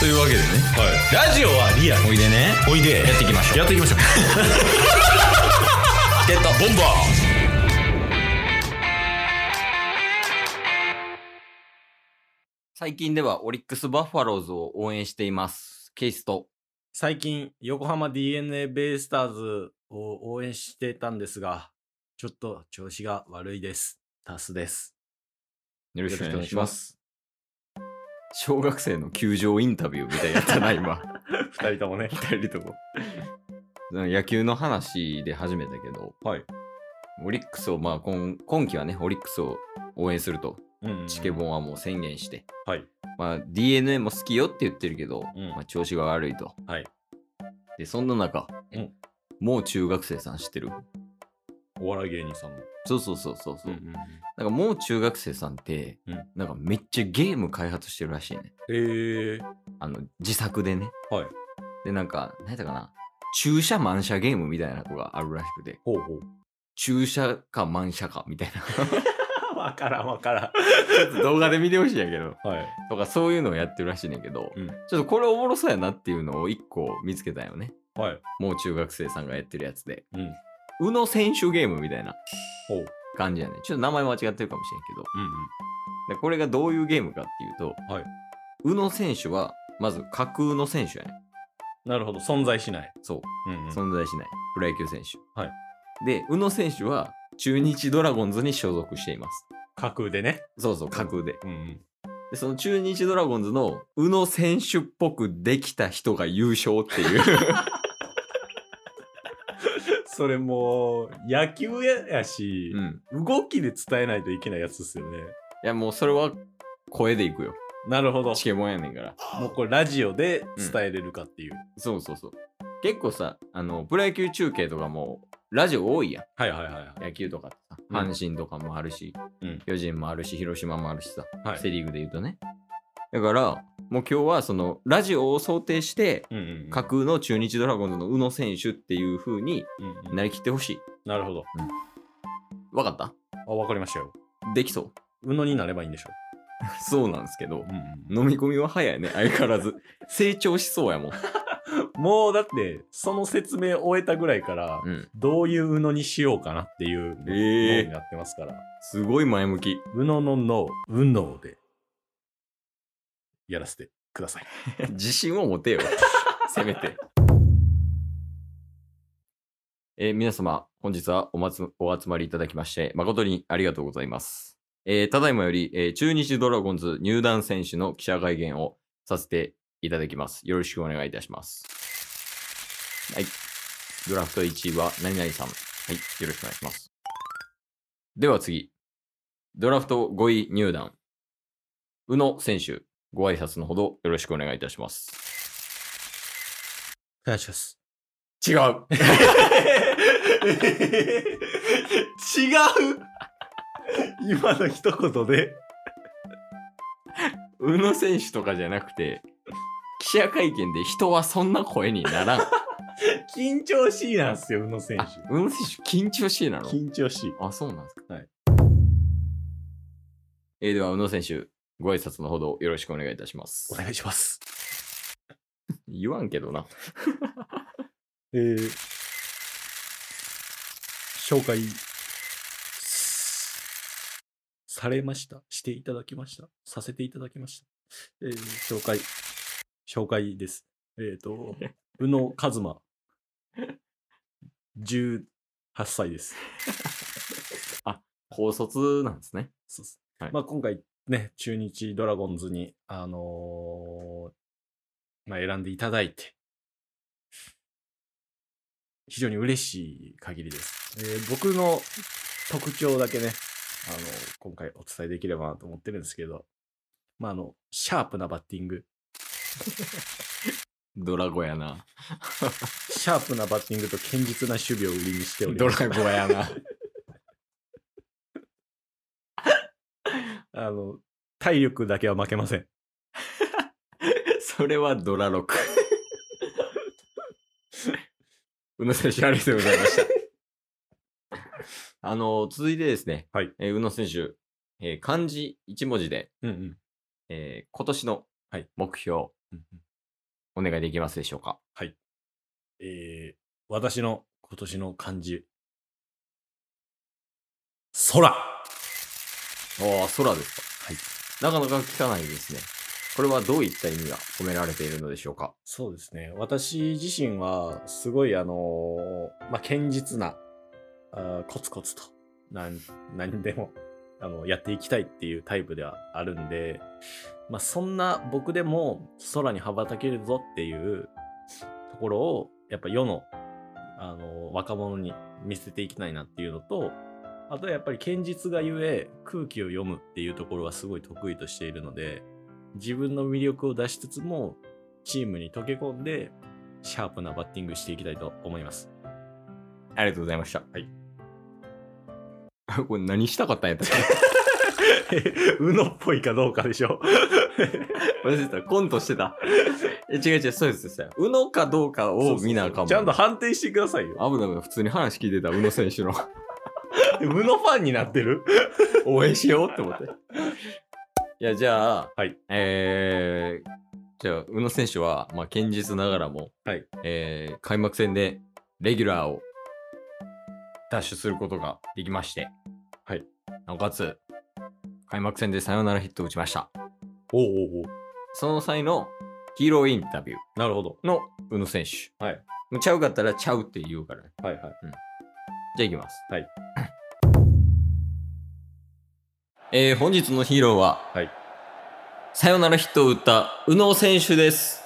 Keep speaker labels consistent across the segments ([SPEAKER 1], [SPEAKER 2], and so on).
[SPEAKER 1] というわけでね、ラジオはリアおいでね
[SPEAKER 2] おいで
[SPEAKER 1] やっていきましょう
[SPEAKER 2] やってい きましょう
[SPEAKER 1] ゲットボンバ
[SPEAKER 3] 最近ではオリックス・バファローズを応援しています。ケイスト。
[SPEAKER 2] 最近横浜 d n a ベイスターズを応援してたんですがちょっと調子が悪いですタスです
[SPEAKER 3] よ
[SPEAKER 2] よ
[SPEAKER 3] ろしくお願いします。小学生の球場インタビューみたいなやったな、今。
[SPEAKER 2] 二人ともね
[SPEAKER 3] 二人とも。 野球の話で始めたけど、
[SPEAKER 2] はい、
[SPEAKER 3] オリックスを、まあ今、今季はね、オリックスを応援すると、
[SPEAKER 2] うん
[SPEAKER 3] チケボンはもう宣言して、
[SPEAKER 2] はい
[SPEAKER 3] まあ、d n a も好きよって言ってるけど、
[SPEAKER 2] うん
[SPEAKER 3] まあ、調子が悪いと。
[SPEAKER 2] はい
[SPEAKER 3] で、そんな中、
[SPEAKER 2] うん
[SPEAKER 3] もう中学生さん知ってる
[SPEAKER 2] お笑い芸人さんも
[SPEAKER 3] そうそうそうそうそう。
[SPEAKER 2] うん
[SPEAKER 3] なんかもう中学生さんって、
[SPEAKER 2] うん
[SPEAKER 3] なんかめっちゃゲーム開発してるらしいね。
[SPEAKER 2] えー、
[SPEAKER 3] あの、自作でね。
[SPEAKER 2] はい
[SPEAKER 3] で、なんか、何やったかな。注射満車ゲームみたいなのがあるらしくて、
[SPEAKER 2] ほうほう
[SPEAKER 3] 注射か満車かみたい
[SPEAKER 2] わからんわから
[SPEAKER 3] な動画で見てほしいんやけど、
[SPEAKER 2] んはい
[SPEAKER 3] とかそういうのをやってるらしいねんけど、
[SPEAKER 2] うん
[SPEAKER 3] ちょっとこれおもろそうやなっていうのを一個見つけたんよね。
[SPEAKER 2] はい
[SPEAKER 3] もう中学生さんがやってるやつで。
[SPEAKER 2] うん
[SPEAKER 3] 宇野選手ゲームみたいな
[SPEAKER 2] ほううん
[SPEAKER 3] 感じやねん。ちょっと名前間違ってるかもしれんけど、でこれがどういうゲームかっていうと、
[SPEAKER 2] はい
[SPEAKER 3] 宇野選手はまず架空の選手やね
[SPEAKER 2] なるほど存在しない
[SPEAKER 3] そう
[SPEAKER 2] うん、うん
[SPEAKER 3] 存在しないプロ野球選手、
[SPEAKER 2] はい
[SPEAKER 3] で宇野選手は中日ドラゴンズに所属しています
[SPEAKER 2] 架空でね
[SPEAKER 3] そうそう架空で
[SPEAKER 2] うんうん
[SPEAKER 3] でその中日ドラゴンズの宇野選手っぽくできた人が優勝っていう
[SPEAKER 2] それもう野球ややし
[SPEAKER 3] う、ん
[SPEAKER 2] 動きで伝えないといけないやつですよね
[SPEAKER 3] いやもうそれは声でいくよ
[SPEAKER 2] なるほど
[SPEAKER 3] チケボンやねんから
[SPEAKER 2] もうこれラジオで伝えれるかっていう、
[SPEAKER 3] そうそうそう結構さあのプロ野球中継とかもラジオ多いやん
[SPEAKER 2] はいはいはいはい
[SPEAKER 3] 野球とかってさ
[SPEAKER 2] うん
[SPEAKER 3] 阪神とかもあるし、
[SPEAKER 2] うん
[SPEAKER 3] 巨人もあるし広島もあるしさ、
[SPEAKER 2] はい
[SPEAKER 3] セ・リーグで言うとねだからもう今日はそのラジオを想定して
[SPEAKER 2] うんうんうん
[SPEAKER 3] 架空の中日ドラゴンズの宇野選手っていう風に
[SPEAKER 2] うんうん
[SPEAKER 3] なりきってほしい
[SPEAKER 2] なるほど
[SPEAKER 3] わかった
[SPEAKER 2] あわかりましたよ
[SPEAKER 3] でき そう
[SPEAKER 2] うのになればいいんでしょ
[SPEAKER 3] そうなんですけど
[SPEAKER 2] う、ん
[SPEAKER 3] 飲み込みは早いね相変わらず成長しそうやもん、
[SPEAKER 2] もうだってその説明終えたぐらいから、
[SPEAKER 3] うん、
[SPEAKER 2] どういううのにしようかなっていうの
[SPEAKER 3] えー
[SPEAKER 2] になってますから
[SPEAKER 3] すごい前向き
[SPEAKER 2] うのののうのでやらせてください
[SPEAKER 3] 自信を持てよせめてえー皆様、本日はおまつお集まりいただきまして、誠にありがとうございます。えーただいまより、えー中日ドラゴンズ入団選手の記者会見をさせていただきます。よろしくお願いいたします。はい。ドラフト1位は何々さん。はい。よろしくお願いします。では次。ドラフト5位入団。宇野選手、ご挨拶のほどよろしくお願いいたします。
[SPEAKER 2] お願いします
[SPEAKER 3] 違う。
[SPEAKER 2] 違う 今の一言で
[SPEAKER 3] 宇野選手とかじゃなくて、記者会見で人はそんな声になら ん。
[SPEAKER 2] 緊張しいなんですよ宇野選
[SPEAKER 3] あ宇野選手緊張しいなの
[SPEAKER 2] 手緊張しい
[SPEAKER 3] あ、そうなんですか。
[SPEAKER 2] はい。
[SPEAKER 3] えーでは、宇野選手、ご挨拶のほどよろしくお願いいたします。
[SPEAKER 2] 願いします
[SPEAKER 3] 言わんけどな。
[SPEAKER 2] えー、紹介されましたしていただきましたさせていただきました、えー、紹介紹介ですえっ、ー、と宇野和馬18歳です
[SPEAKER 3] 高卒なんですね。
[SPEAKER 2] そうっす
[SPEAKER 3] はい
[SPEAKER 2] まあ、今回ね、中日ドラゴンズに、あのーまあ、選んでいただいて、非常に嬉しい限りです。えー僕の特徴だけね、あの今回お伝えできればなと思ってるんですけど、まあ、あの、シャープなバッティング、
[SPEAKER 3] ドラゴやな。
[SPEAKER 2] シャープなバッティングと堅実な守備を売りにしており
[SPEAKER 3] ド
[SPEAKER 2] ます。
[SPEAKER 3] ラゴやな。
[SPEAKER 2] あの、体力だけは負けません。
[SPEAKER 3] それはドラロク。宇野選手、ありがとうございました。 あの、続いてですね、
[SPEAKER 2] はい
[SPEAKER 3] えー宇野選手、えー漢字1文字で、
[SPEAKER 2] うんうん。
[SPEAKER 3] えー今年の
[SPEAKER 2] はい
[SPEAKER 3] 目標、
[SPEAKER 2] うんうん
[SPEAKER 3] お願いできますでしょうか。
[SPEAKER 2] えー、私の今年の漢字。空
[SPEAKER 3] ああ、空ですか。はい。なかなか聞かないですね。これはどういった意味が込められているのでしょうか。
[SPEAKER 2] そうですね。私自身は、すごい、あのーまあ、堅実な、あーコツコツと、なん、 何でも、あの、やっていきたいっていうタイプではあるんで、まあ、そんな僕でも空に羽ばたけるぞっていうところを、やっぱ世の、あのー若者に見せていきたいなっていうのと、あとはやっぱり堅実がゆえ空気を読むっていうところはすごい得意としているので、自分の魅力を出しつつも、チームに溶け込んで、シャープなバッティングしていきたいと思い ます。
[SPEAKER 3] ありがとうございました。
[SPEAKER 2] はい。
[SPEAKER 3] これ何したかったんやったっけ
[SPEAKER 2] うのっぽいかどうかでし ょ。
[SPEAKER 3] 忘れてた。コントしてた。え違う違う、そうです。そうですうのかどうかを見なあかんもん。
[SPEAKER 2] ちゃんと判定してくださいよ。
[SPEAKER 3] 危ない危ない。普通に話聞いてた、宇野選手の
[SPEAKER 2] うのファンになってる
[SPEAKER 3] 応援しようって思って。いや、じゃあ、
[SPEAKER 2] はい
[SPEAKER 3] えー、じゃあ、宇野選手は、まあ、堅実ながらも、
[SPEAKER 2] はい
[SPEAKER 3] えー開幕戦でレギュラーを奪取することができまして、
[SPEAKER 2] はい
[SPEAKER 3] なおかつ、開幕戦でサヨナラヒットを打ちました。
[SPEAKER 2] おうおうおう
[SPEAKER 3] その際のヒーローインタビュ
[SPEAKER 2] なるほど。
[SPEAKER 3] ーの宇野選手。
[SPEAKER 2] はい。
[SPEAKER 3] もうちゃうかったらちゃうって言うからね。
[SPEAKER 2] はいはい。
[SPEAKER 3] じゃあ行きます。
[SPEAKER 2] はい。
[SPEAKER 3] えー、本日のヒーローは、
[SPEAKER 2] はい
[SPEAKER 3] サヨナラヒットを打った宇野選手です。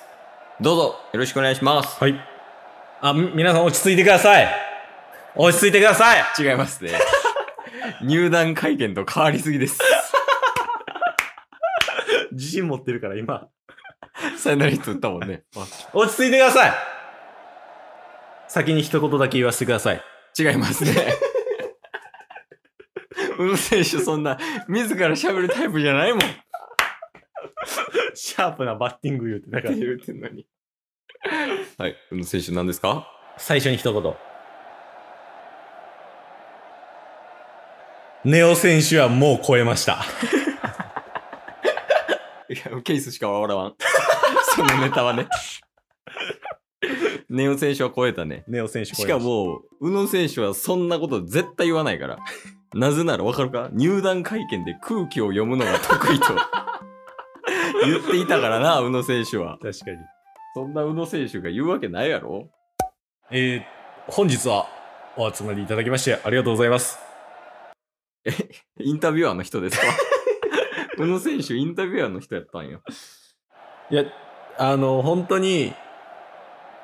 [SPEAKER 3] どうぞよろしくお願いします。
[SPEAKER 2] はい。あ、み皆さん落ち着いてください。落ち着いてください。
[SPEAKER 3] 違いますね。 入団会見と変わりすぎ です。
[SPEAKER 2] 自信持ってるから今。
[SPEAKER 3] サヨナラヒット打ったもんね。
[SPEAKER 2] 落ち着いてください。先に一言だけ言わせてください。
[SPEAKER 3] 違いますね。宇野選手そんな自ら喋るタイプじゃないもんっ
[SPEAKER 2] シャープなバッティング言うて、だ
[SPEAKER 3] て言うてんのに。はい、宇野選手何ですか
[SPEAKER 2] 最初に一言。ネオ選手はもう超えました。
[SPEAKER 3] いや、ケースしか笑わん。 そのネタはね。 ネオ選手は超えたね。
[SPEAKER 2] ネオ選手
[SPEAKER 3] しか
[SPEAKER 2] も、
[SPEAKER 3] も、宇野選手はそんなこと絶対言わないから。なぜならわかるか入団会見で空気を読むのが得意と 言っていたからな、宇野選手は。
[SPEAKER 2] 確かに。
[SPEAKER 3] そんな宇野選手が言うわけないやろ
[SPEAKER 2] えー、本日はお集まりいただきましてありがとうございます。
[SPEAKER 3] インタビュアーの人 ですか宇野選手、インタビュアーの人やったんよ。
[SPEAKER 2] いや、あの、本当に、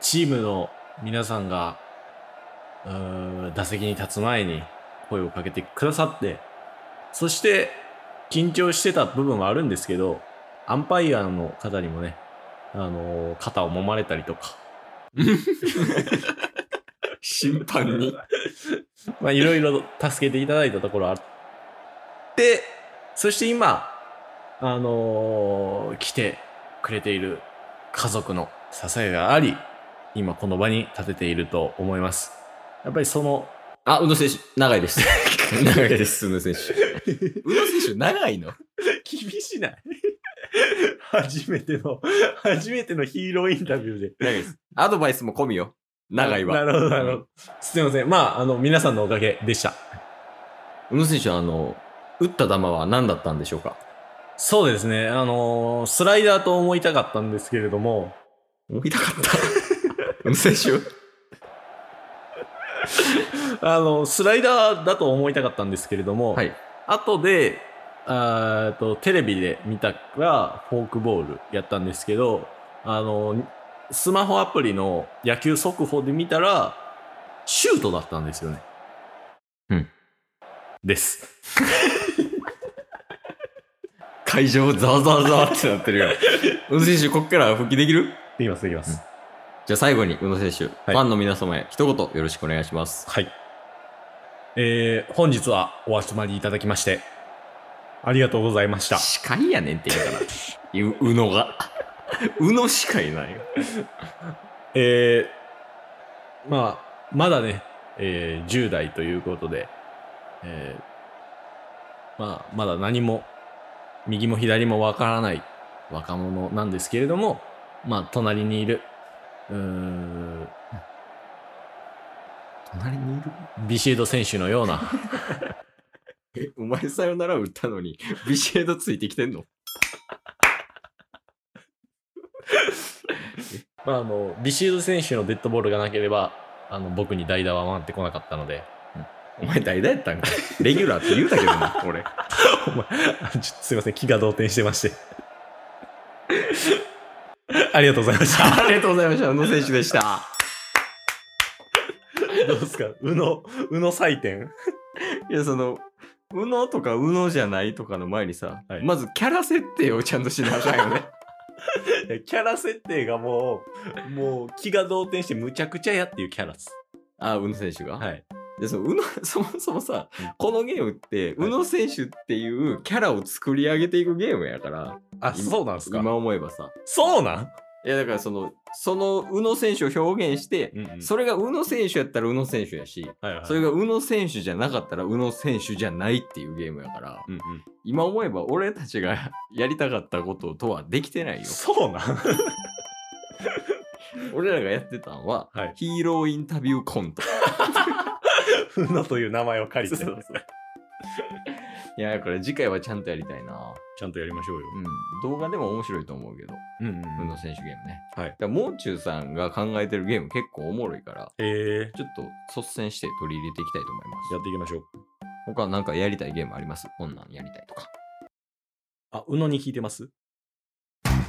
[SPEAKER 2] チームの皆さんが、うーん打席に立つ前に声をかけてくださって、そして、緊張してた部分はあるんですけど、アンパイアの方にもね、あの、肩を揉まれたりとか、
[SPEAKER 3] 審判に。
[SPEAKER 2] まあ、いろいろ助けていただいたところあって、そして今、あのー来てくれている家族の支えがあり、今この場に立てていると思います。やっぱりその、
[SPEAKER 3] あ、宇野選手、長いです。 長いです、宇野選手。 宇野選手、長いの
[SPEAKER 2] 厳しない 初めての、初めてのヒーローインタビューで。
[SPEAKER 3] 長いです。アドバイスも込みよ。長い
[SPEAKER 2] なる
[SPEAKER 3] わ。
[SPEAKER 2] ほど、なるほど。すいません。まあ、あの、皆さんのおかげでした。
[SPEAKER 3] 宇野選手、あの、打った球は何だったんでしょうか
[SPEAKER 2] そうですね。あのースライダーと思いたかったんですけれども、
[SPEAKER 3] 思いたかった。 宇野選手
[SPEAKER 2] あの、スライダーだと思いたかったんですけれども、
[SPEAKER 3] はい。
[SPEAKER 2] 後で、あーえっと、テレビで見たら、フォークボールやったんですけど、あの、スマホアプリの野球速報で見たら、シュートだったんですよね。
[SPEAKER 3] うん。
[SPEAKER 2] です。
[SPEAKER 3] 会場、ザワザワザワってなってる よ。宇野選手、こっから復帰できる
[SPEAKER 2] できます、できます。
[SPEAKER 3] じゃあ最後に、宇野選手、
[SPEAKER 2] い
[SPEAKER 3] ファンの皆様へ一言よろしくお願いします。
[SPEAKER 2] はい。えー、本日はお集まりいただきまして、ありがとうございました。
[SPEAKER 3] 司会やねんって言うから。う宇野が。宇野司会なんよ。
[SPEAKER 2] えーまあ、まだね、えー10代ということで、えーまあ、まだ何も、右も左もわからない若者なんですけれども、まあ、隣にいる、うーん、
[SPEAKER 3] 隣にいる
[SPEAKER 2] ビシエド選手のような、
[SPEAKER 3] え、お前さよなら打ったのに、ビシエドついてきてんの
[SPEAKER 2] まあ、あの、ビシエド選手のデッドボールがなければ、あの、僕に代打は回ってこなかったので、
[SPEAKER 3] お前代打やったんかレギュラーって言うたけど な、俺。
[SPEAKER 2] あちょすいません、気が動転してまして。ありがとうございました。
[SPEAKER 3] ありがとうございました。宇野選手でした。
[SPEAKER 2] どうですか宇野、宇野採点。
[SPEAKER 3] いや、その、宇野とか宇野じゃないとかの前にさ、
[SPEAKER 2] はい
[SPEAKER 3] まずキャラ設定をちゃんとしなあかんよ ね。
[SPEAKER 2] キャラ設定がもう、もう気が動転してむちゃくちゃやっていうキャラです。
[SPEAKER 3] あ、宇野選手が。
[SPEAKER 2] はい。
[SPEAKER 3] で、その、宇野、 そもそもさ
[SPEAKER 2] うん、
[SPEAKER 3] このゲームって、
[SPEAKER 2] はい
[SPEAKER 3] 宇野選手っていうキャラを作り上げていくゲームやから、
[SPEAKER 2] あ、そうなんですか
[SPEAKER 3] 今思えばさ。
[SPEAKER 2] そうなん
[SPEAKER 3] いや、だからその、その宇野選手を表現して、
[SPEAKER 2] うんうん
[SPEAKER 3] それが宇野選手やったら宇野選手やし、
[SPEAKER 2] はいはい
[SPEAKER 3] それが宇野選手じゃなかったら宇野選手じゃないっていうゲームやから、
[SPEAKER 2] うんうん
[SPEAKER 3] 今思えば俺たちが やりたかったこととはできてないよ。
[SPEAKER 2] そうなん
[SPEAKER 3] 俺らがやってたのは、
[SPEAKER 2] はい
[SPEAKER 3] ヒーローインタビューコント。
[SPEAKER 2] 宇野という名前を借りて。
[SPEAKER 3] そうそういや、だから次回はちゃんとやりたいな。
[SPEAKER 2] ちゃんとやりましょうよ。
[SPEAKER 3] うん。動画でも面白いと思うけど、
[SPEAKER 2] うん
[SPEAKER 3] 宇
[SPEAKER 2] うん
[SPEAKER 3] 野選手ゲームね。
[SPEAKER 2] はい
[SPEAKER 3] だからもう中さんが考えてるゲーム結構おもろいから、
[SPEAKER 2] ええ
[SPEAKER 3] ちょっと率先して取り入れていきたいと思います。
[SPEAKER 2] やっていきましょう。
[SPEAKER 3] 他なんかやりたいゲームありますこんなんやりたいとか。
[SPEAKER 2] あ、宇野に聞いてます